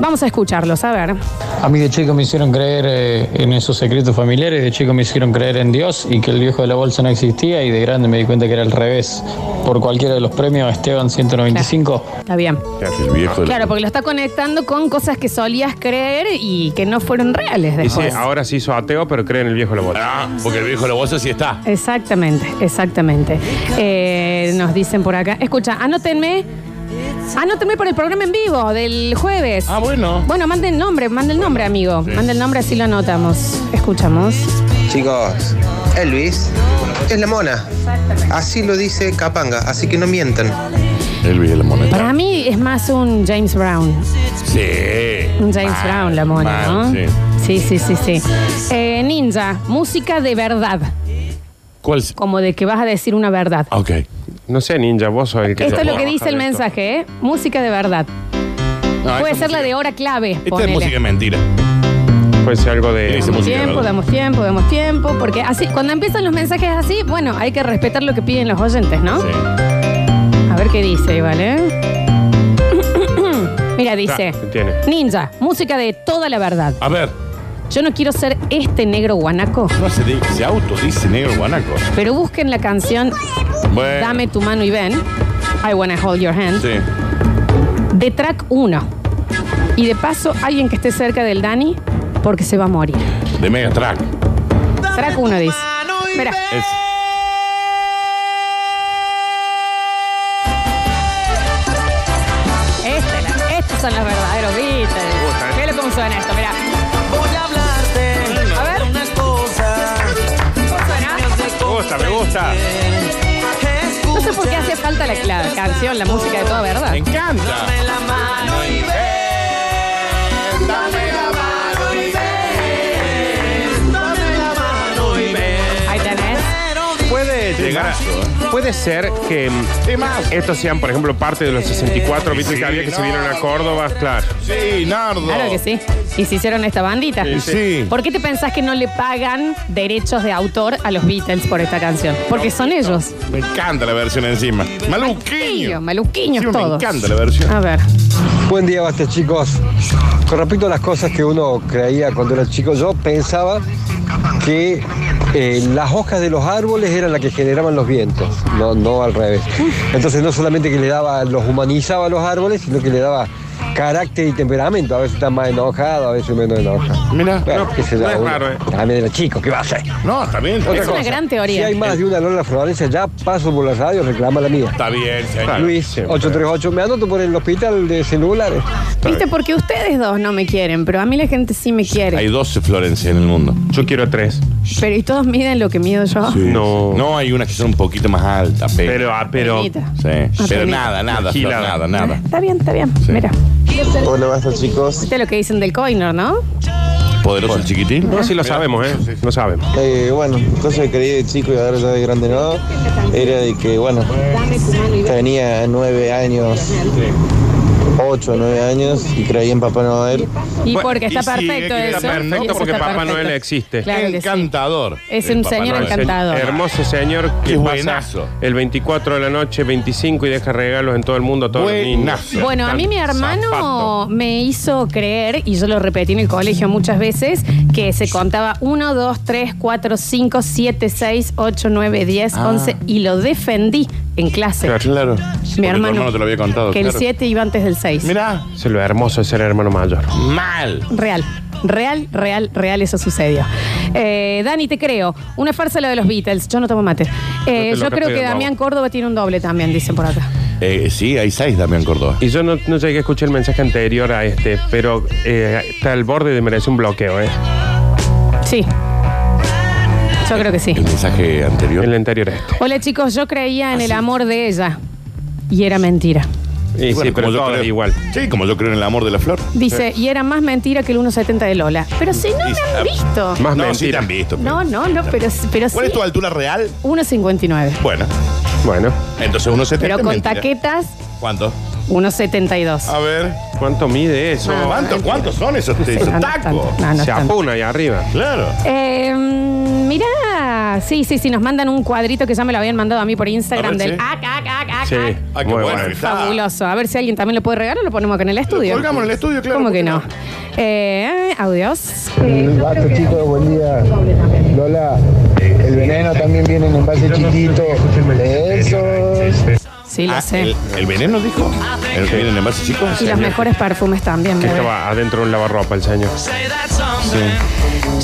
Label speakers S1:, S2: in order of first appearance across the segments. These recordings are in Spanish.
S1: Vamos a escucharlos, a ver.
S2: A mí de chico me hicieron creer eh, en esos secretos familiares, de chico me hicieron creer en Dios y que el viejo de la bolsa no existía y de grande me di cuenta que era al revés. Por cualquiera de los premios, Esteban 195.
S1: Está bien.
S3: El viejo de la-
S1: Claro, porque lo está conectando con cosas que solías creer y que no fueron reales
S4: Dice,
S1: después.
S4: ahora se hizo ateo, pero cree en el viejo de la bolsa.
S3: Ah, porque el viejo de la bolsa sí está.
S1: Exactamente, exactamente. Eh, nos dicen por acá. Escucha, anótenme. Anótenme por el programa en vivo del jueves.
S3: Ah, bueno.
S1: Bueno, mande el nombre, mande el nombre, amigo. Mande el nombre, así lo anotamos. Escuchamos.
S5: Chicos, el Luis es la mona. Así lo dice Capanga, así que no mientan.
S3: El viejo de la moneta.
S1: Para mí es más un James Brown.
S3: Sí.
S1: Un James
S3: Mal,
S1: Brown, la mona,
S3: Ah, mal,
S1: ¿no?
S3: sí.
S1: Sí, sí, sí, sí. Eh, ninja, música de verdad.
S3: ¿Cuál? se-
S1: Como de que vas a decir una verdad.
S3: Ah, Ok.
S4: No sé, ninja, vos sos el que.
S1: Esto es lo
S4: trabaja
S1: que dice el
S4: en esto.
S1: mensaje, ¿eh? Música de verdad.
S3: No,
S1: Puede
S3: esta
S1: ser la
S3: Ah, música-
S1: de hora clave.
S3: Esta es
S1: ponele.
S3: música es mentira.
S4: Puede ser algo
S3: ¿Qué
S4: de. Ah,
S3: dice música? de
S1: Tiempo,
S3: verdad?
S1: damos tiempo, damos tiempo, porque así, cuando empiezan los mensajes así, bueno, hay que respetar lo que piden los oyentes, ¿no?
S3: Sí.
S1: A ver qué dice, ¿vale? Mira,
S4: Ah,
S1: dice,
S4: Tiene.
S1: Ninja, música de toda la verdad.
S3: A ver,
S1: Yo no quiero ser este negro guanaco,
S3: no se dice auto, dice negro guanaco.
S1: pero busquen la canción
S3: Bueno.
S1: Dame tu mano y ven, I Wanna Hold Your Hand,
S3: Eh. Sí.
S1: de track 1. Y de paso, alguien que esté cerca del Dani, porque se va a morir.
S3: De Mega Track.
S1: Track 1 dice. Mira,
S3: Es.
S1: Este, la- estos son los verdaderos
S3: ¿eh?
S1: Beatles. Mira cómo suena esto, mira. A ver. ¿Cómo suena?
S4: Me gusta, me gusta.
S1: No sé por qué hace falta la, la canción, la música de toda verdad.
S3: Me encanta.
S1: Ahí tenés.
S4: Puede llegar a- Puede ser que mm, estos sean, por ejemplo, parte de los 64 Beatles que había que se vinieron a Córdoba, claro.
S3: Sí, Nardo.
S1: Claro que sí. Y se hicieron esta bandita.
S3: Sí, sí.
S1: ¿Por qué te pensás que no le pagan derechos de autor a los Beatles por esta canción? Porque son ellos.
S3: Me encanta la versión encima.
S1: Maluquillo,
S3: Maluqueño.
S1: maluquiños
S3: Sí, me
S1: todos.
S3: encanta la versión.
S1: A ver.
S6: Buen día, basta chicos. Con respecto a las cosas que uno creía cuando era chico, yo pensaba que eh, las hojas de los árboles eran las que generaban los vientos, no, no al revés. Entonces no solamente que le daba, los humanizaba a los árboles, sino que le daba carácter y temperamento. A veces está más enojado, a veces menos enojado.
S3: Mira,
S6: Bueno,
S3: no,
S6: qué sé
S4: no
S6: yo,
S4: es
S6: uno
S4: raro, eh.
S6: También era chico, ¿qué va a hacer?
S3: No, está bien.
S1: Es una
S3: cosa.
S1: gran
S6: Si
S1: teoría.
S6: hay más de una Lola Florencia, ya paso por la radio, reclama la mía.
S3: Está bien, señor.
S6: Luis, 838, me anoto por el hospital de celulares.
S1: Viste, porque ustedes dos no me quieren, pero a mí la gente sí me
S3: Hay
S1: quiere.
S3: 12 Florencia en el mundo.
S4: Yo quiero tres.
S1: Pero y todos miden lo que mido yo.
S4: No.
S3: No, hay unas que son un poquito más altas, pero.
S4: Pero, ah, pero.
S1: Permita.
S3: sí. Pero
S1: pero-
S3: nada, nada, Flor, nada,
S4: Vigilada.
S3: nada.
S1: Está bien, está bien. Mira.
S5: Hola, basta chicos.
S1: Viste lo que dicen del Coiner, ¿no?
S3: Poderoso el chiquitín.
S4: No, sí lo sabemos, ¿eh? No sabemos.
S5: Eh, bueno, cosa que creí de chico y ahora ya de grande no, era de que, bueno, tenía nueve años, ocho o nueve años y creía en Papá Noel.
S1: Y
S4: Bueno,
S1: porque
S4: y
S1: está
S4: sí,
S1: perfecto
S4: es que
S1: eso.
S4: está perfecto
S1: Y eso
S4: porque
S1: está
S4: Papá
S1: perfecto.
S4: Noel existe.
S1: Claro que sí.
S3: encantador.
S1: Es
S3: el
S1: un
S3: Papá
S1: señor
S3: Noel.
S1: encantador.
S4: Hermoso señor que
S3: Qué
S4: pasa
S3: buenazo.
S4: el 24 de la noche, 25 y deja regalos en todo el mundo a todos los niños.
S3: Buenazo.
S1: Bueno, a mí mi hermano
S4: Zapato.
S1: me hizo creer, y yo lo repetí en el colegio muchas veces, que se contaba 1, 2, 3, 4, 5, 7, 6, 8, 9, 10, 11, y lo defendí en clase.
S3: Claro.
S1: Mi hermano,
S3: te lo había contado.
S1: que el
S3: claro.
S1: 7 iba antes del 6.
S3: Mirá,
S4: Se lo hermoso de ser hermano mayor.
S3: mal.
S1: Real, real, real, real, eso sucedió. Eh, Dani, te creo. Una farsa lo de los Beatles. Yo no tomo mate. Eh,
S4: No te
S1: yo
S4: lo
S1: creo
S4: creo,
S1: que
S4: no.
S1: Damián Córdoba tiene un doble también, dicen por acá.
S3: Eh, sí, hay seis también Córdoba.
S4: Y yo no, no llegué a escuchar el mensaje anterior a este, pero eh, está al borde de merecer un bloqueo, ¿eh?
S1: Sí. Yo creo que sí.
S3: El mensaje anterior.
S4: El anterior a este.
S1: Hola chicos, yo creía en el amor de ella y era mentira.
S4: Y
S3: Bueno,
S4: sí, pero
S3: como yo
S4: todo
S3: creo-
S4: es igual.
S3: Sí, como yo creo en el amor de la flor.
S1: Dice, y era más mentira que el 1.70 de Lola. Pero si no me
S3: Dice,
S1: han
S3: ah,
S1: visto.
S4: Más
S3: no, sí te
S4: mentira.
S3: han visto.
S1: No, no, no, pero, pero sí.
S3: ¿Cuál es tu altura real?
S1: 1.59.
S3: Bueno,
S4: Bueno,
S3: entonces uno se
S1: Pero con taquetas,
S3: ¿Cuánto?
S1: 1.72.
S3: A ver.
S4: ¿cuánto mide eso?
S1: Ah,
S3: ¿Cuánto,
S1: mentira.
S3: ¿Cuántos son esos,
S1: Sí,
S3: esos
S1: no, no
S3: tacos?
S1: tanto. No, no
S4: Se
S1: tanto.
S4: apuna ahí arriba.
S3: Claro.
S1: Eh, mirá, sí, sí, sí, nos mandan un cuadrito que ya me lo habían mandado a mí por Instagram
S3: A ver,
S1: del
S3: sí.
S1: ac, ac, ac, ac, Ah,
S4: Sí.
S1: ah,
S3: Ah, qué
S4: Muy
S3: bueno.
S4: bueno.
S3: está.
S1: Fabuloso. A ver si alguien también lo puede regalar, lo ponemos acá en el estudio.
S3: colgamos en el estudio, claro,
S1: ¿Cómo que
S3: ¿por qué
S1: no?
S3: no?
S1: Eh, audios.
S7: Basta chicos, buen día. Lola, el veneno también viene en envase chiquito. Besos.
S1: Sí, lo
S3: Ah,
S1: sé.
S3: El, el veneno dijo. El que viene en envase chico.
S1: Y los mejores parfumes también.
S4: Que
S1: bebé.
S4: estaba adentro de un lavarropa el señor.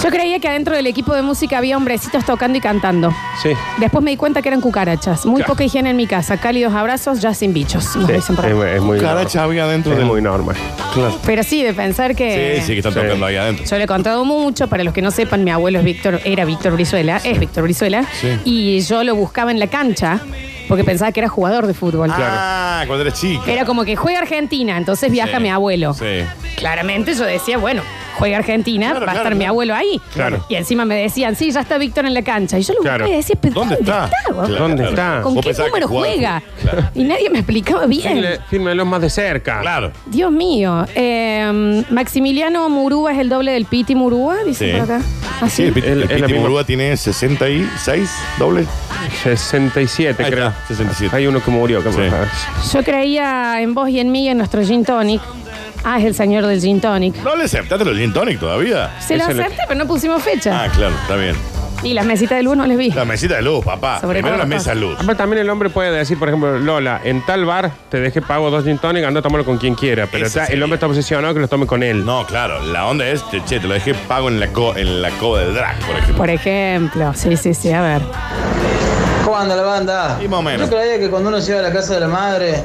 S1: Yo creía que adentro del equipo de música había hombrecitos tocando y cantando.
S4: Sí.
S1: Después me di cuenta que eran cucarachas. Muy
S4: Claro.
S1: poca higiene en mi casa. Cálidos abrazos, ya sin bichos. Nos
S4: Sí,
S1: dicen por
S4: es,
S1: acá.
S4: mu- es muy
S3: Cucaracha había adentro
S4: Es
S3: del-
S4: muy normal.
S3: Claro.
S1: Pero sí, de pensar que.
S3: Sí, sí, que están
S4: Sí.
S3: tocando ahí adentro.
S1: Yo le he contado mucho, para los que no sepan, mi abuelo es Víctor, era Víctor Brizuela, es Víctor Brizuela, y yo lo buscaba en la cancha porque pensaba que era jugador de fútbol.
S3: Ah, cuando eres chica.
S1: Era como que juega Argentina, entonces viaja
S3: Sí,
S1: mi abuelo.
S3: Sí.
S1: Claramente yo decía, bueno, juega Argentina,
S3: Claro,
S1: va a
S3: claro,
S1: estar mi
S3: claro.
S1: abuelo ahí.
S4: Claro.
S1: Y encima me decían, sí, ya está Víctor en la cancha. Y yo lo
S4: Claro.
S1: buscaba y decía, ¿pero
S3: ¿Dónde
S1: dónde,
S3: está?
S1: está? güey?
S3: Claro.
S4: ¿Dónde está?
S1: ¿Con
S3: Vos
S1: qué
S3: pensabas que
S1: número
S3: jugaba
S1: juega?
S3: fútbol. Claro.
S1: Y nadie me explicaba bien.
S4: Fírmele- Fírmelos más de cerca.
S3: Claro.
S1: Dios mío. Eh, Maximiliano Murúa es el doble del Piti Murúa, dicen
S3: Sí.
S1: por acá. ¿Ah,
S3: Sí, el, Pit-
S4: El-
S3: el
S4: el
S3: Piti
S4: amigo-
S3: Murúa tiene 66 doble.
S4: 67,
S3: Ahí
S4: creo.
S3: está, 67.
S4: Hay uno que murió, que
S3: Sí.
S4: me parece.
S1: Yo creía en vos y en mí y en nuestro gin tonic. Ah, es el señor del gin tonic.
S3: No le aceptaste los gin tonic todavía.
S1: Se lo
S4: Ese le-
S1: acepté, pero no pusimos fecha.
S3: Ah, claro, está bien.
S1: Y las mesitas del luz no les vi.
S3: La mesita de luz, papá.
S1: Sobre
S3: Primero
S1: todo,
S3: la mesa de luz.
S4: Aparte, también el hombre puede decir, por ejemplo, Lola, en tal bar te dejé pago dos gin tonic, anda a tomarlo con quien quiera. Pero
S3: Ese
S4: ya
S3: sería.
S4: el hombre está obsesionado que lo tome con él.
S3: No, claro, la onda es, che, che, te lo dejé pago en la, co- en la coba del drag, por ejemplo.
S1: Por ejemplo, sí, sí, sí, a ver.
S5: ¿Cómo anda la banda?
S3: Y más o menos.
S5: Yo creía que cuando uno se iba a la casa de la madre,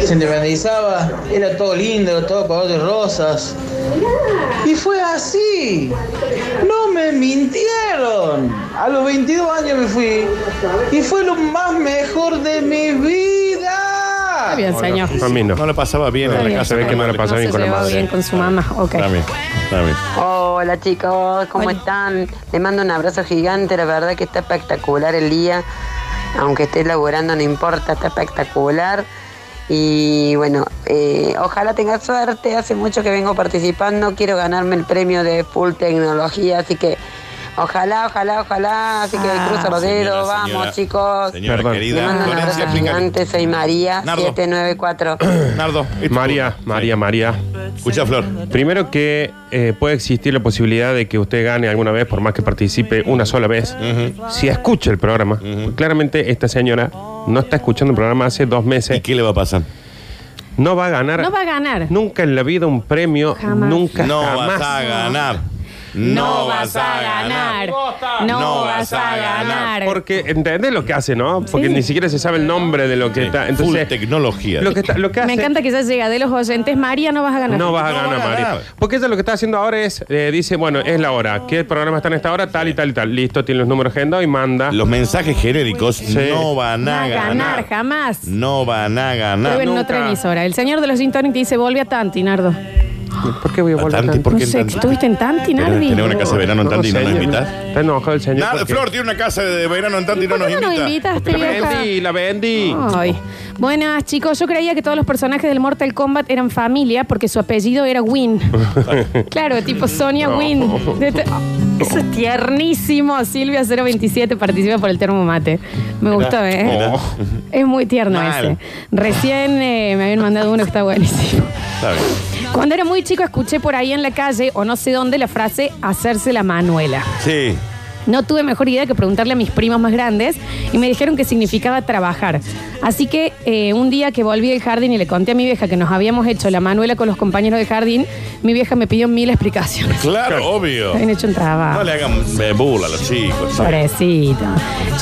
S5: se independizaba, era todo lindo, todo color de rosas. Y fue así. No me mintieron. A los 22 años me fui. Y fue lo más mejor de mi vida.
S1: Está bien,
S4: No, no,
S1: señor.
S4: a mí no.
S3: No le pasaba bien
S1: Está
S3: en la
S1: bien.
S3: casa.
S4: Se ve que no le pasó
S1: No
S4: bien
S1: se
S4: con la
S1: llevaba
S4: madre.
S1: bien con su mamá. Ok.
S3: Está bien, está bien.
S8: Hola chicos, ¿cómo
S1: Hola.
S8: están? Les mando un abrazo gigante, la verdad que está espectacular el día, aunque esté laburando no importa, está espectacular. Y bueno, eh, ojalá tenga suerte, hace mucho que vengo participando, quiero ganarme el premio de Full Tecnología, así que ojalá, ojalá, ojalá, así que
S1: Ah.
S8: cruzo
S3: Señora,
S8: los dedos,
S3: señora,
S8: vamos chicos.
S3: Señora
S4: Perdón.
S8: Les
S3: querida,
S8: mando un
S3: Florencia,
S8: abrazo
S3: explícale.
S8: gigante, soy María,
S3: Nardo.
S8: 794.
S3: Nardo, es tu
S4: María,
S3: turno.
S4: María, María.
S3: Sí. Escucha, Flor.
S4: Primero que eh, puede existir la posibilidad de que usted gane alguna vez, por más que participe una sola vez, si escucha el programa. Claramente esta señora no está escuchando el programa hace dos
S3: ¿Y
S4: meses.
S3: qué le va a pasar?
S4: No va a ganar.
S1: No va a ganar.
S4: Nunca en la vida un premio.
S1: Jamás.
S4: Nunca
S3: No
S4: jamás.
S3: vas a ganar.
S1: No vas a ganar. No vas a ganar.
S4: Porque entendés lo que hace, ¿no? Porque
S1: Sí.
S4: ni siquiera se sabe el nombre de lo que está. Entonces,
S3: Full tecnología.
S4: lo que, está- lo que hace.
S1: Me encanta que ya llega de los oyentes. María, no vas a ganar.
S4: No vas a
S3: No
S4: ganar,
S3: va a
S4: María.
S3: ganar.
S4: Porque ella lo que está haciendo ahora es, eh, dice, bueno, es la hora. ¿Qué programa está en esta hora? Tal y tal y tal. Listo, tiene los números agendados y manda.
S3: Los mensajes genéricos no van
S1: No
S3: a
S1: vas a ganar,
S3: ganar.
S1: jamás.
S3: No van a ganar.
S1: Prueben en
S4: nunca.
S1: otra emisora. El señor de los gin tonic te dice, volve a Tanti, Nardo.
S4: ¿Por qué voy a volver
S3: Tanti,
S4: tanto?
S3: ¿por
S1: No
S3: qué en
S1: sé,
S3: Tanti?
S1: ¿estuviste en Tanti,
S3: Pero
S1: Nardi?
S3: tenés una casa de verano en
S4: No,
S3: Tanti y no nos
S4: señor.
S3: invitás.
S4: Está enojado el señor.
S3: Nardo,
S4: porque-
S3: Flor tiene una casa de verano en Tanti y no
S1: ¿Por
S3: nos
S1: qué no nos
S3: invita.
S1: invitaste,
S4: porque la
S1: vieja?
S4: vendí, la vendí.
S1: Ay. Buenas, chicos. Yo creía que todos los personajes del Mortal Kombat eran familia porque su apellido era Win. claro, tipo Sonia
S4: No.
S1: Win. De te- Eso es tiernísimo. Silvia027 participa por el termo mate. Me gustó, ¿eh?
S3: Mirá. Oh.
S1: Es muy tierno
S3: Mal.
S1: ese. Recién eh, me habían mandado uno que está buenísimo.
S3: Está bien.
S1: Cuando era muy chico escuché por ahí en la calle, o no sé dónde, la frase hacerse la Manuela.
S3: Sí.
S1: No tuve mejor idea que preguntarle a mis primos más grandes y me dijeron que significaba trabajar. Así que eh, un día que volví del jardín y le conté a mi vieja que nos habíamos hecho la Manuela con los compañeros del jardín, mi vieja me pidió mil explicaciones.
S3: Claro, obvio.
S1: Habían hecho un
S3: No
S1: trabajo.
S3: le hagan eh, burla a los chicos.
S1: Pobrecito.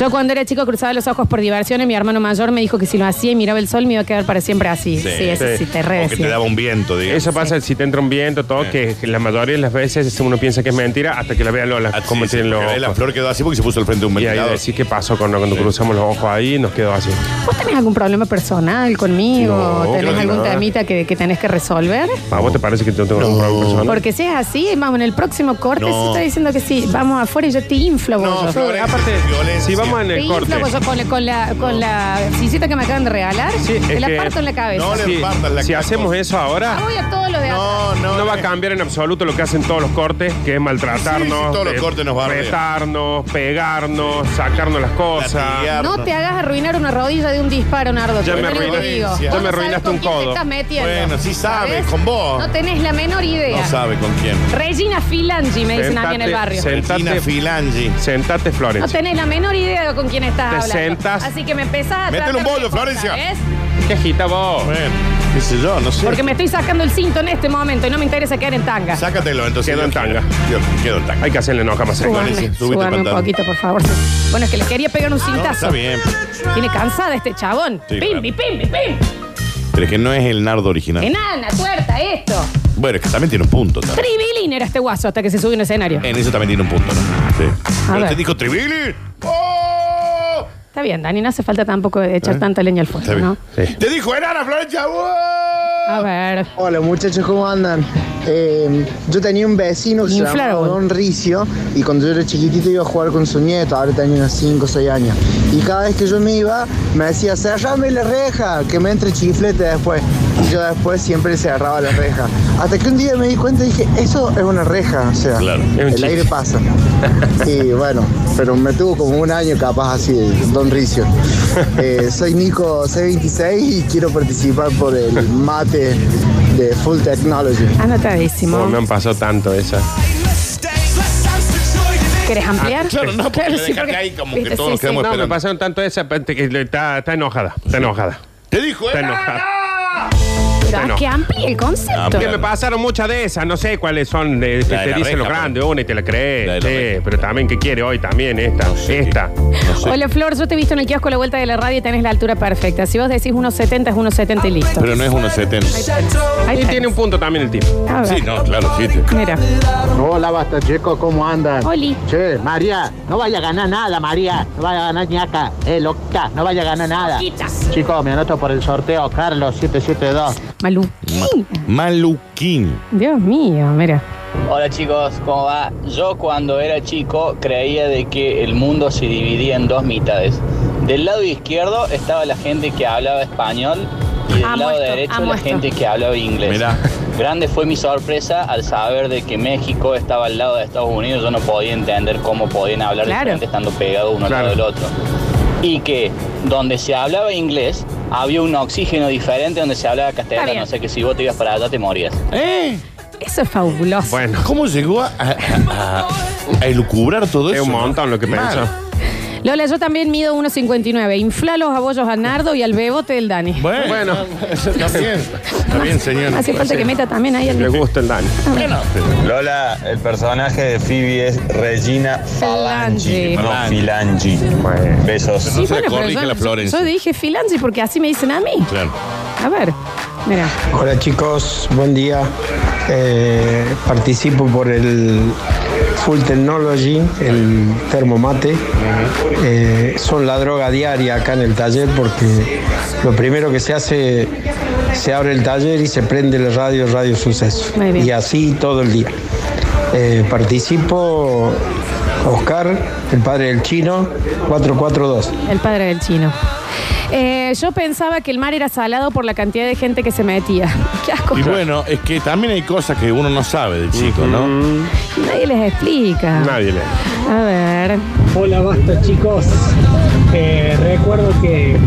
S1: Yo cuando era chico cruzaba los ojos por diversión y mi hermano mayor me dijo que si lo hacía y miraba el sol me iba a quedar para siempre así. Sí,
S3: Sí.
S1: eso sí,
S4: Sí.
S1: te re
S3: O que te
S1: decía.
S3: daba un viento, digamos.
S4: Eso pasa si te entra un viento, todo, que la mayoría de las veces uno piensa que es mentira hasta que la vea Lola,
S3: Ah,
S4: como
S3: sí, sí,
S4: tienen los
S3: porque ve, La
S4: ojos.
S3: flor quedó así porque se puso al frente de un
S4: Y ahí
S3: ventilador.
S4: decís qué pasó cuando, cuando cruzamos los ojos ahí nos quedó así.
S1: ¿Vos tenés algún problema personal conmigo?
S4: No,
S1: ¿Tenés
S4: creo que
S1: algún
S4: no.
S1: temita que, que tenés que resolver?
S4: ¿A vos te parece que yo tengo algún problema personal?
S1: Porque si es así, vamos, en el próximo corte,
S3: No.
S1: si está diciendo que sí, vamos afuera y yo te inflo,
S3: No,
S1: bollo.
S3: Florencia,
S4: Aparte,
S3: violencia.
S4: si vamos en
S1: Te
S4: el
S1: inflo,
S4: corte.
S1: bollo, con, la- con la, con la sisita que me acaban de regalar,
S4: Sí, es
S1: te la
S4: que-
S1: parto en la cabeza.
S3: No le
S4: si,
S3: partan la
S4: si
S3: cara.
S4: hacemos eso
S1: Ah,
S4: ahora,
S1: voy a todos los de acá.
S3: No, no.
S4: no va a
S3: eh.
S4: cambiar en absoluto lo que hacen todos los cortes, que es maltratarnos.
S3: Sí, sí, todos los
S4: eh,
S3: cortes nos bardean.
S4: matarnos, pegarnos, sacarnos las cosas.
S3: Latigar.
S1: No te hagas arruinar una rodilla de un disparo, Nardo.
S4: Ya
S1: te
S4: me
S1: lo
S4: arruiné.
S1: digo.
S3: Ya
S1: Vos
S3: me
S1: no sabés
S4: arruinaste
S1: con
S4: un
S1: quién te
S4: codo.
S1: estás metiendo.
S3: Bueno, sí sabe, con vos.
S1: No tenés la menor idea.
S3: No sabe con quién.
S1: Regina Filangi, me dicen a mí en el
S4: Sentate,
S1: barrio.
S4: se- Sentate.
S3: Regina Filangi.
S4: Sentate,
S1: No
S4: Florencia.
S1: tenés la menor idea de con quién estás
S4: Te
S1: hablando.
S4: sentás.
S1: Así que me empezás a
S3: Métele un
S1: tratar
S3: bollo,
S1: de cosas,
S3: Florencia.
S1: ¿ves?
S4: ¿Qué agita vos?
S3: Bueno, qué sé yo, no sé.
S1: Porque me estoy sacando el cinto en este momento y no me interesa quedar en tanga.
S3: Sácatelo, entonces.
S4: Quedo en tanga.
S3: Yo, quedo en tanga.
S4: Hay que hacerle enoja más.
S1: Súbame,
S3: Florencia, subite
S1: súbame
S3: el
S1: un
S3: pantalón.
S1: poquito, por favor. Bueno, es que le quería pegar un
S3: No,
S1: cintazo.
S3: está bien.
S1: Tiene cansada este chabón.
S3: Sí, claro.
S1: pimbi, pimbi, pim.
S3: Pero es que no es el nardo original.
S1: Enana, tuerta, esto.
S3: Bueno, es que también tiene un punto. también.
S1: Tribilín era este guaso hasta que se subió en escenario.
S3: En eso también tiene un punto, ¿no? Sí.
S1: A
S3: Pero
S1: ver.
S3: te dijo Tribili. ¡Oh!
S1: Está bien, Dani, no hace falta tampoco echar tanta leña al
S3: Eh. Está
S1: fuego,
S3: bien.
S1: ¿no?
S4: Sí.
S3: ¡Oh! Te dijo Enana Florencia. ¡Oh!
S1: A ver.
S5: Hola muchachos, ¿cómo andan? Eh, yo tenía un vecino que se
S1: Inflar,
S5: llamaba
S1: boludo.
S5: Don Ricio y cuando yo era chiquitito iba a jugar con su nieto, ahora tenía unos 5 o 6 años. Y cada vez que yo me iba, me decía, cerrame la reja, que me entre chiflete después. Y yo después siempre cerraba la reja. Hasta que un día me di cuenta y dije, eso es una reja, o sea,
S3: Claro, es
S4: un
S5: el
S4: chiste.
S5: aire pasa. Y bueno, pero me tuvo como un año capaz así, Don Ricio. Eh, soy Nico C26 y quiero participar por el mate de Full Technology.
S1: Anotadísimo.
S4: Oh, me han pasado tanto esas.
S1: ¿Querés ampliar?
S3: Ah, claro, no, porque me dejaste
S1: porque-
S3: ahí como
S1: viste,
S3: que todos
S1: sí, sí.
S3: nos quedamos
S4: No, me
S3: esperando.
S4: pasaron tanto esas parte que le- está, está enojada. Está enojada.
S3: Te dijo
S4: Está
S3: Enana.
S1: Pero
S4: Bueno.
S1: que amplíe el concepto.
S3: Amplia.
S4: Que me pasaron muchas de esas, no sé cuáles son, de- que
S3: La de
S4: te
S3: la
S4: dicen
S3: reja, pues.
S4: los grandes, una y te la
S3: La de
S4: crees,
S3: la
S4: sí,
S3: reja.
S4: pero también que quiere hoy también esta,
S3: sé.
S4: esta.
S3: No sé.
S1: Hola Flor, yo te he visto en el kiosco a la vuelta de la radio y tenés la altura perfecta. Si vos decís 1,70 es 1,70 y listo.
S3: Pero no es una 70.
S1: Ahí
S4: Y
S1: tenés.
S4: tiene un punto también el tipo.
S1: A ver,
S3: Sí, no, claro, sí. sí.
S1: Mira,
S5: Hola, basta chicos, ¿cómo andan?
S1: Oli.
S5: Che, María, no vaya a ganar nada, María. No vaya a ganar ñaca, eh, loca, no vaya a ganar nada.
S1: Loquitas.
S5: Chicos, me anoto por el sorteo, Carlos 772.
S1: Maluquín.
S3: Maluquín.
S1: Dios mío, mira.
S9: Hola chicos, ¿cómo va? Yo cuando era chico creía de que el mundo se dividía en dos mitades. Del lado izquierdo estaba la gente que hablaba español y del
S1: Amo
S9: lado
S1: esto,
S9: derecho
S1: amo
S9: la
S1: esto.
S9: gente que hablaba inglés.
S3: Mirá.
S9: Grande fue mi sorpresa al saber de que México estaba al lado de Estados Unidos. Yo no podía entender cómo podían hablar
S1: Claro.
S9: diferente estando pegados uno
S4: Claro.
S9: al lado del otro. Y que donde se hablaba inglés había un oxígeno diferente donde se hablaba
S1: bien.
S9: castellano. O sea que si vos te ibas para allá te morías.
S3: ¿Eh?
S1: Eso es fabuloso.
S4: Bueno,
S3: ¿Cómo llegó a, a, a- a elucubrar todo
S4: es
S3: eso?
S4: un montón lo que
S3: Mal.
S4: pensó.
S1: Lola, yo también mido 1,59. Infla los abollos a Nardo y al bebote del Dani.
S3: Bueno,
S4: Bueno.
S3: está bien. Está bien, señor.
S1: Hace falta que meta también ahí
S4: Le
S1: al
S4: gusta el Dani.
S10: Lola, el personaje de Phoebe es Regina Falangi,
S1: Falange.
S10: no Filangi.
S4: Bueno.
S10: Besos.
S3: No se la corrige la Florencia.
S1: yo dije Filanzi porque así me dicen a mí.
S3: Claro.
S1: A ver, mira.
S7: Hola chicos, buen día. Eh, participo por el Full Technology, el termomate. Eh, son la droga diaria acá en el taller porque lo primero que se hace, se abre el taller y se prende la radio, radio suceso.
S1: Muy bien.
S7: Y así todo el día. Eh, participo Oscar, el padre del chino, 442.
S1: El padre del chino. Eh, yo pensaba que el mar era salado por la cantidad de gente que se metía. Qué asco.
S3: Y bueno, es que también hay cosas que uno no sabe de chico, ¿no?
S1: Nadie les explica.
S4: Nadie le.
S1: A ver.
S11: Hola, basta chicos. Eh, recuerdo que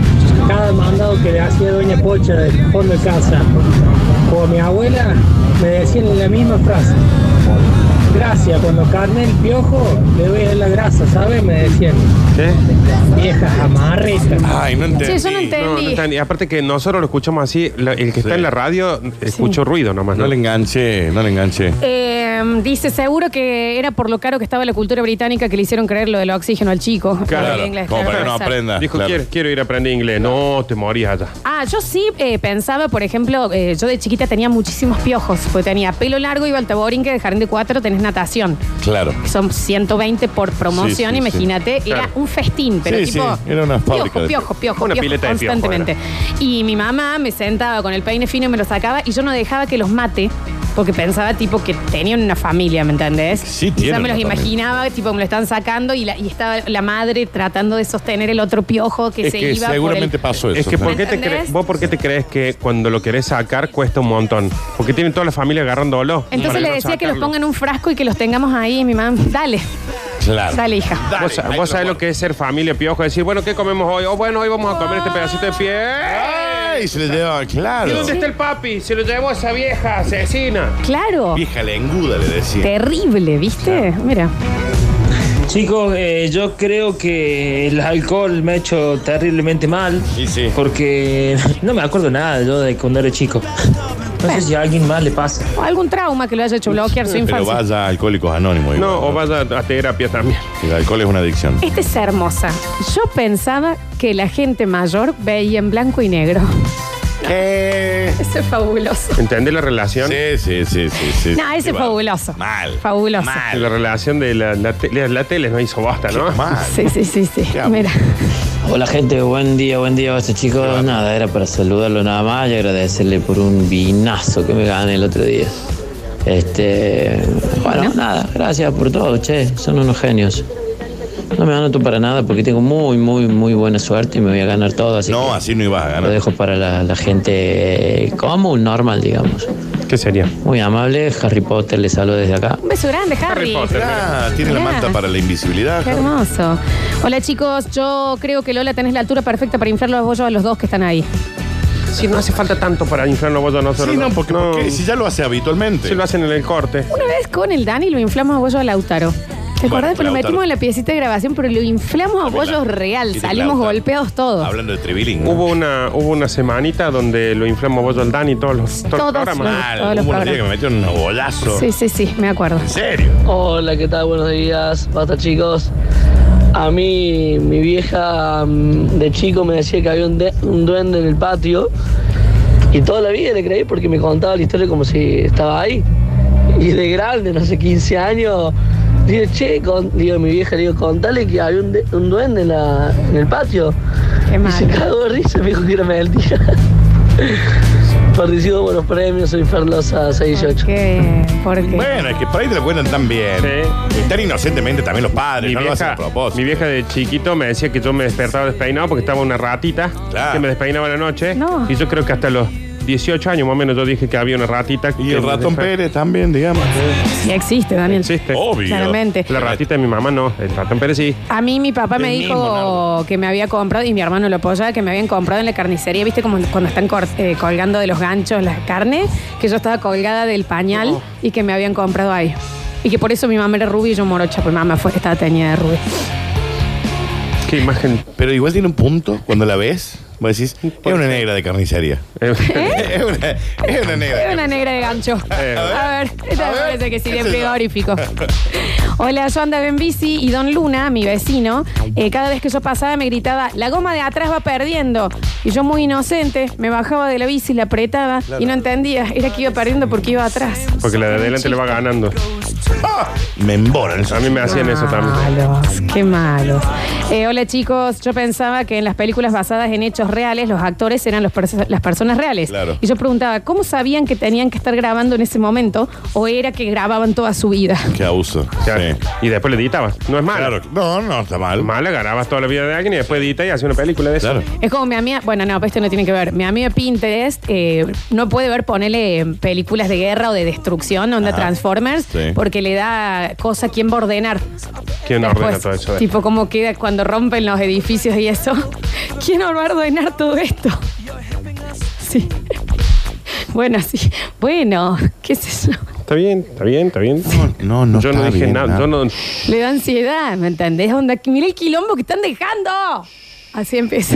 S11: cada mandado que le hacía Doña Pocha del fondo de casa, o mi abuela, me decían la misma frase. Gracias, cuando carne el piojo, le doy a la grasa, ¿sabes? Me decían,
S4: ¿Qué?
S11: viejas amarretas.
S3: Ay, no entendí.
S1: Sí, yo no entendí.
S4: No, no está ni- Aparte que nosotros lo escuchamos así, la- el que está
S3: Sí.
S4: en la radio escuchó ruido nomás. ¿no?
S3: No le enganché, no le enganché.
S1: Eh, dice, seguro que era por lo caro que estaba la cultura británica que le hicieron creer lo del oxígeno al chico.
S4: Claro,
S1: Al inglés,
S3: como
S1: claro,
S3: para que no
S1: exacto.
S3: aprenda.
S4: Dijo,
S3: claro.
S4: quiero, quiero ir a aprender inglés. No, te morías allá.
S1: Ah, yo sí eh, pensaba, por ejemplo, eh, yo de chiquita tenía muchísimos piojos, porque tenía pelo largo, iba al taborín que de jardín de cuatro tenés natación.
S3: Claro.
S1: que Son 120 por promoción,
S3: Sí, sí,
S1: imagínate.
S4: sí.
S1: Era
S4: Claro.
S1: un festín, pero
S3: Sí,
S1: tipo.
S3: sí, era una fábrica
S1: piojo,
S3: de
S1: piojo, piojo,
S4: Una
S1: piojo,
S4: pileta de piojo
S1: constantemente. y mi mamá me sentaba con el peine fino y me lo sacaba y yo no dejaba que los mate Porque pensaba, tipo, que tenían una familia, ¿me entendés? Sí, Ya
S3: tienen
S1: me los
S3: una familia.
S1: imaginaba, tipo, me lo están sacando y, la- y estaba la madre tratando de sostener el otro piojo que
S3: Es
S1: se
S3: que
S1: iba. por
S3: seguramente
S1: el-
S3: pasó eso.
S4: Es que ¿por
S3: Fran.
S4: qué te
S1: ¿Entendés?
S4: cre- vos por qué te crees que cuando lo querés sacar cuesta un montón? Porque tienen toda la familia agarrándolo. para
S1: Entonces le
S4: no
S1: decía que los
S4: sacarlo.
S1: pongan en un frasco y que los tengamos ahí. Y mi mamá, dale,
S3: Claro.
S1: dale, hija.
S3: Dale,
S4: Vos,
S3: ahí
S4: sa- vos
S3: te lo
S4: sabés lo que es ser familia piojo, decir, bueno, ¿qué comemos hoy? Oh, bueno, hoy vamos a comer este pedacito de pie.
S1: Ah.
S3: ¡Ay! Se le llevaba,
S4: ¿Y
S3: claro.
S4: dónde está el papi? Se lo llevó a esa vieja asesina.
S1: Claro.
S3: Vieja lenguda, le decía.
S1: Terrible, ¿viste? Mira.
S11: Chicos, eh, yo creo que el alcohol me ha hecho terriblemente mal.
S3: Sí, sí.
S11: Porque no me acuerdo nada yo de cuando era chico. No sé si a alguien más le pasa.
S1: O algún trauma que lo haya hecho bloquear su
S3: Pero
S1: infancia.
S3: vaya a Alcohólicos Anónimos. igual,
S4: No, o vaya a terapia también.
S3: El alcohol es una adicción.
S1: Esta es hermosa. Yo pensaba que la gente mayor veía en blanco y negro.
S3: ¿Qué?
S1: Eso es fabuloso.
S4: ¿Entendés la relación?
S3: Sí, sí, sí, sí. sí.
S1: No, ese
S3: Sí,
S1: es
S3: va.
S1: fabuloso.
S3: Mal.
S1: Fabuloso.
S3: Mal.
S4: La relación de la, la te- la- la tele no hizo basta, ¿no?
S3: Mal.
S1: Sí, sí, sí, sí.
S3: Qué amo.
S1: Mira.
S11: Hola gente, buen día, buen día, este chicos. Nada, era para saludarlo nada más y agradecerle por un vinazo que me gané el otro día. Este, bueno,
S1: Bueno.
S11: nada, gracias por todo, che, son unos genios. No me anoto para nada porque tengo muy, muy, muy buena suerte y me voy a ganar todo, así
S3: No,
S11: que
S3: así no ibas a
S11: lo
S3: ganar.
S11: dejo para la, la gente eh, común, normal, digamos.
S4: ¿Qué sería?
S11: Muy amable, Harry Potter le saludo desde acá.
S1: Un beso grande, Harry.
S4: Harry Potter.
S3: Ah, tiene la
S1: Mirá.
S3: manta para la invisibilidad.
S1: Qué hermoso. Hola chicos, yo creo que Lola tenés la altura perfecta para inflar los bollos a los dos que están ahí.
S4: Sí, no hace falta tanto para inflarnos vos a nosotros.
S3: Sí, no, porque,
S4: No.
S3: porque si ya lo hace habitualmente.
S4: Si lo hacen en el corte.
S1: Una vez con el Dani lo inflamos a bollos a Lautaro. ¿Te
S3: Bueno,
S1: acordás? que lo
S3: Lautaro.
S1: metimos en la piecita de grabación, pero lo inflamos a bollos real.
S3: Y te
S1: Salimos
S3: clauta.
S1: golpeados todos.
S3: Hablando de tribilín.
S4: Hubo una, hubo una semanita donde lo inflamos vos al Dani todos los, todos los
S1: Todos
S4: programas.
S1: los-
S3: Mal.
S1: todos los
S3: Hubo unos días
S1: programas.
S3: que me metieron un bolazo.
S1: Sí, sí, sí, me acuerdo.
S3: ¿En serio?
S12: Hola, ¿qué tal? Buenos días, basta chicos. A mí, mi vieja mm, de chico me decía que había un, de- un duende en el patio y toda la vida le creí porque me contaba la historia como si estaba ahí. Y de grande, no sé, 15 años, digo, che, con- digo, mi vieja, le digo, contale que había un, de- un duende en, la- en el patio.
S1: Qué
S12: Y se
S1: mal.
S12: cagó de risa, me dijo que era mentira. Participo de buenos premios, soy Ferlosa 68.
S1: ¿Qué? ¿Por qué?
S3: Bueno, es que por ahí te lo cuentan tan bien.
S4: Sí.
S3: Y tan inocentemente también los padres,
S4: Mi
S3: no lo hacen
S4: vieja,
S3: a propósito.
S4: mi vieja de chiquito me decía que yo me despertaba despeinado porque estaba una ratita
S3: Claro.
S4: que me despeinaba a la noche.
S1: No.
S4: Y yo creo que hasta los 18 años más o menos yo dije que había una ratita.
S3: Y
S4: que
S3: el
S4: me
S3: ratón
S4: despe-
S3: Pérez también, digamos.
S1: Ya existe, Daniel.
S4: Existe.
S3: Obvio.
S1: Claramente.
S3: Eh,
S4: La ratita de mi mamá no, el ratón Pérez sí.
S1: A mí mi papá me
S3: El
S1: dijo
S3: mismo, Nardo.
S1: que me había comprado, y mi hermano lo apoyaba, que me habían comprado en la carnicería, viste como cuando están cor- eh, colgando de los ganchos la carne, que yo estaba colgada del pañal
S3: Oh.
S1: y que me habían comprado ahí. Y que por eso mi mamá era rubia y yo morocha, pues mamá fue, estaba teñida de rubia.
S4: Qué imagen.
S3: Pero igual tiene un punto cuando la ves. Vos decís, es una negra de carnicería.
S4: Eh,
S3: Es una, es una negra. Eh.
S1: Era una negra de gancho. A
S4: ver.
S1: ver, esta
S3: A
S1: me
S3: ver.
S1: parece que sí, de
S3: ¿Qué sé yo?
S1: frigorífico. Hola, yo andaba en bici y Don Luna, mi vecino, eh, cada vez que yo pasaba me gritaba, la goma de atrás va perdiendo. Y yo muy inocente, me bajaba de la bici, la apretaba y no entendía. Era que iba perdiendo porque iba atrás.
S4: porque la de adelante le va ganando.
S3: ¡Ah! Me emboran.
S4: A mí me hacían eso también.
S1: Malos, qué malos. Eh, hola chicos, yo pensaba que en las películas basadas en hechos reales los actores eran los perso- las personas reales.
S3: Claro.
S1: Y yo preguntaba, ¿cómo sabían que tenían que estar grabando en ese momento o era que grababan toda su vida?
S3: Qué abuso.
S4: O sea,
S3: Sí.
S4: Y después le editabas. No es malo.
S3: Claro. No, no, está mal.
S4: Malo, grababas toda la vida de alguien y después editas y hacías una película de eso.
S3: Claro.
S1: Es como mi amiga, bueno, no, pero esto no tiene que ver. Mi amiga Pinterest eh, no puede ver, ponele películas de guerra o de destrucción, onda Transformers,
S3: Sí.
S1: porque le da cosa a quién va a ordenar.
S4: ¿Quién
S1: Después,
S4: ordena todo eso? eh.
S1: Tipo, cómo queda cuando rompen los edificios y eso. ¿Quién va a ordenar todo esto? Sí. Bueno, sí. Bueno, qué sé yo.
S4: Está bien, está bien, está bien.
S3: No, no,
S4: yo no
S3: está
S4: dije
S3: bien,
S4: nada.
S3: nada.
S4: Yo no.
S1: Le da ansiedad, ¿me entendés? Onda, que mira el quilombo que están dejando. Así empieza.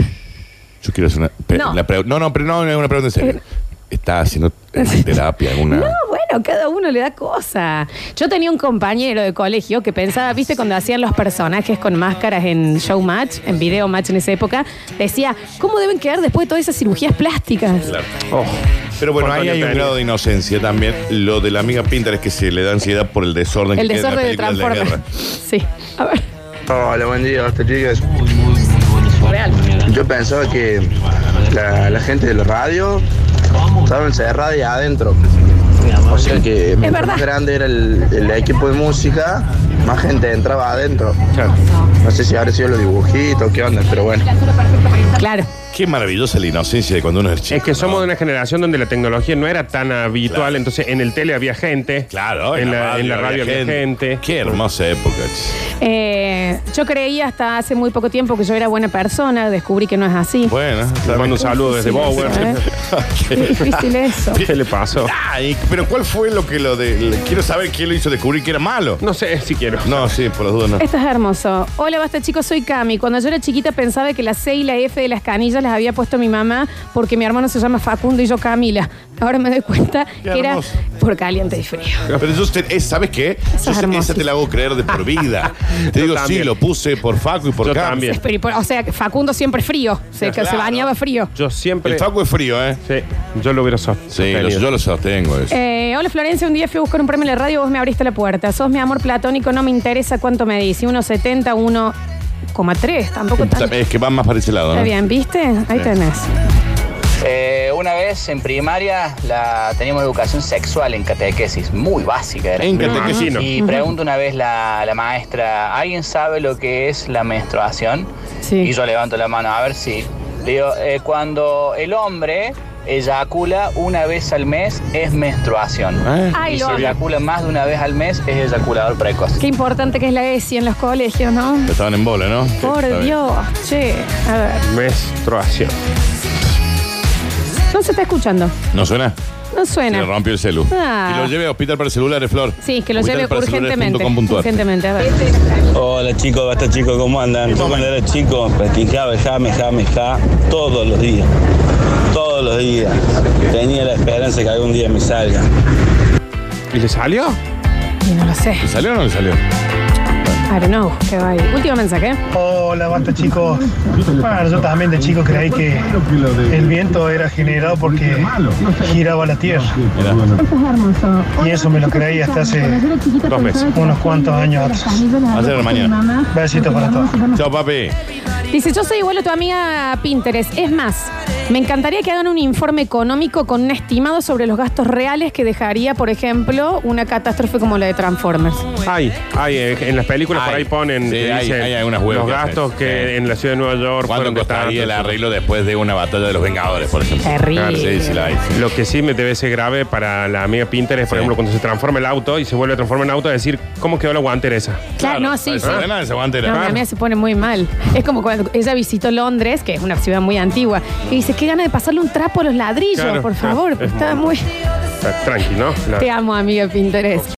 S3: Yo quiero hacer una. pe-
S1: No.
S3: la pregu- no, no, pero no, no es una pregunta en serio. ¿Está haciendo eh, terapia alguna?
S1: No, bueno, cada uno le da cosa. Yo tenía un compañero de colegio que pensaba, viste, cuando hacían los personajes con máscaras en Showmatch, en Video Match en esa época, decía, ¿cómo deben quedar después de todas esas cirugías plásticas?
S3: Claro.
S4: Oh.
S3: Pero bueno, ahí
S4: Antonio
S3: hay un
S4: Pérez.
S3: grado de inocencia también. Lo de la amiga Pinterest que se le da ansiedad por el desorden
S1: El
S3: que queda en la
S1: desorden del
S3: película de la
S1: Transformer.
S3: guerra.
S1: Sí, a ver.
S10: Hola, buen día, hasta chicas.
S1: Real.
S10: Yo pensaba que la, la gente de la radio estaba encerrada y adentro. O sea que
S1: mientras
S10: más grande era el, el equipo de música, más gente entraba adentro. No sé si habrá sido los dibujitos, qué onda, pero bueno.
S1: Claro.
S3: Qué maravillosa la inocencia de cuando uno es chico.
S4: Es que somos de una generación donde la tecnología no era tan habitual, entonces en el tele había gente.
S3: Claro,
S4: en, la, en la radio había gente.
S3: Qué hermosa época.
S1: Eh, yo creía hasta hace muy poco tiempo que yo era buena persona, descubrí que no es así.
S3: Bueno,
S4: Le mando un saludo desde Bower.
S1: Qué difícil eso.
S4: ¿Qué le pasó?
S3: Ay, pero ¿cuál fue lo que lo de. le- quiero saber quién lo hizo descubrir que era malo?
S4: No sé si quiero.
S3: No, sí, por las dudas no.
S1: Esto es hermoso. Hola, basta chicos, soy Cami. Cuando yo era chiquita pensaba que la C y la F de las canillas las había puesto mi mamá porque mi hermano se llama Facundo y yo Camila. Ahora me doy cuenta que era
S3: hermoso.
S1: por caliente y frío.
S3: Pero yo, te- es- ¿sabes qué? Yo- esa te la hago creer de por vida. Te digo, sí, lo puse por Facu y por Cam.
S1: Es peri- por- O sea, Facundo siempre frío, se, que se
S3: Claro.
S1: bañaba frío.
S4: Yo siempre.
S3: El Facu es frío, ¿eh?
S4: Sí, yo lo hubiera sostenido.
S3: Sí, lo- yo lo sostengo eso.
S1: Eh, hola Florencia, un día fui a buscar un premio en la radio, vos me abriste la puerta. Sos mi amor platónico, no me interesa cuánto me dice. 1,70, 1,3, tampoco tanto.
S3: Es que van más para ese lado,
S1: Está
S3: ¿no?
S1: bien, ¿viste? Ahí
S3: Sí.
S1: tenés.
S9: Eh, una vez en primaria la teníamos educación sexual en catequesis, muy básica. Era.
S3: En catequesis, no.
S9: Y
S3: Ujú.
S9: pregunta una vez la, la maestra, ¿alguien sabe lo que es la menstruación? Y yo levanto la mano, a ver si. Le digo, "Eh, cuando el hombre eyacula una vez al mes es menstruación.
S3: ¿Eh?
S1: Ay,
S9: Y
S1: lo
S9: si
S1: amo.
S9: eyacula más de una vez al mes es eyaculador precoz.
S1: Qué importante que es la ESI en los colegios, ¿no?
S3: Estaban en bola, ¿no?
S1: Por Dios, che, a ver.
S4: Menstruación.
S1: No se está escuchando,
S3: ¿No suena?
S1: no
S3: Se
S1: suena.
S3: le rompió el celu.
S1: Ah.
S3: Que lo lleve a hospital para celulares, Flor.
S1: Sí, que lo
S3: Hospital
S1: lleve
S3: para celulares punto
S1: urgentemente.
S3: com punto ar.
S1: Urgentemente, a ver.
S13: Hola chicos, basta chicos, ¿cómo andan? Yo cuando era chico practicaba el jame, jame, ja, todos los días. Todos los días. Tenía la esperanza que algún día me salga.
S4: ¿Y le salió?
S1: Y no lo sé.
S3: ¿Le salió o no le salió?
S1: I don't know, qué va ahí. Último mensaje.
S14: Hola, basta chicos. Bueno, yo también de chico creí que el viento era generado porque giraba la tierra. Y eso me lo creí hasta hace
S3: Dos meses.
S14: unos cuantos años atrás.
S3: Va a ser mañana.
S14: Besitos para todos.
S3: Chao, papi.
S1: Dice, yo soy igual a tu amiga Pinterest. Es más, me encantaría que hagan un informe económico con un estimado sobre los gastos reales que dejaría, por ejemplo, una catástrofe como la de Transformers.
S4: Hay, hay, eh, en las películas por ahí ponen
S3: Sí,
S4: que
S3: hay-
S4: dicen
S3: hay algunas webs
S4: los
S3: que hacen,
S4: gastos que en la ciudad de Nueva York
S3: ¿Cuánto
S4: fueron de
S3: costaría el
S4: tanto,
S3: arreglo después de una batalla de los Vengadores, por ejemplo?
S1: Terrible.
S3: Claro, sí, sí, la hay.
S4: Lo que sí me debe ser grave para la amiga Pinterest, por ejemplo, cuando se transforma el auto y se vuelve a transformar en auto, decir, ¿cómo quedó la guantera esa?
S1: Claro, no, sí,
S4: el
S1: sí.
S4: problema es el guante era-
S1: No, mi amiga se pone muy mal. Es como cuando ella visitó Londres, que es una ciudad muy antigua, y dice, qué gana de pasarle un trapo a los ladrillos,
S4: Claro,
S1: por
S4: claro.
S1: favor.
S4: Es
S1: Está muy...
S4: muy- Está tranqui, ¿no? La-
S1: Te amo, amiga Pinterest.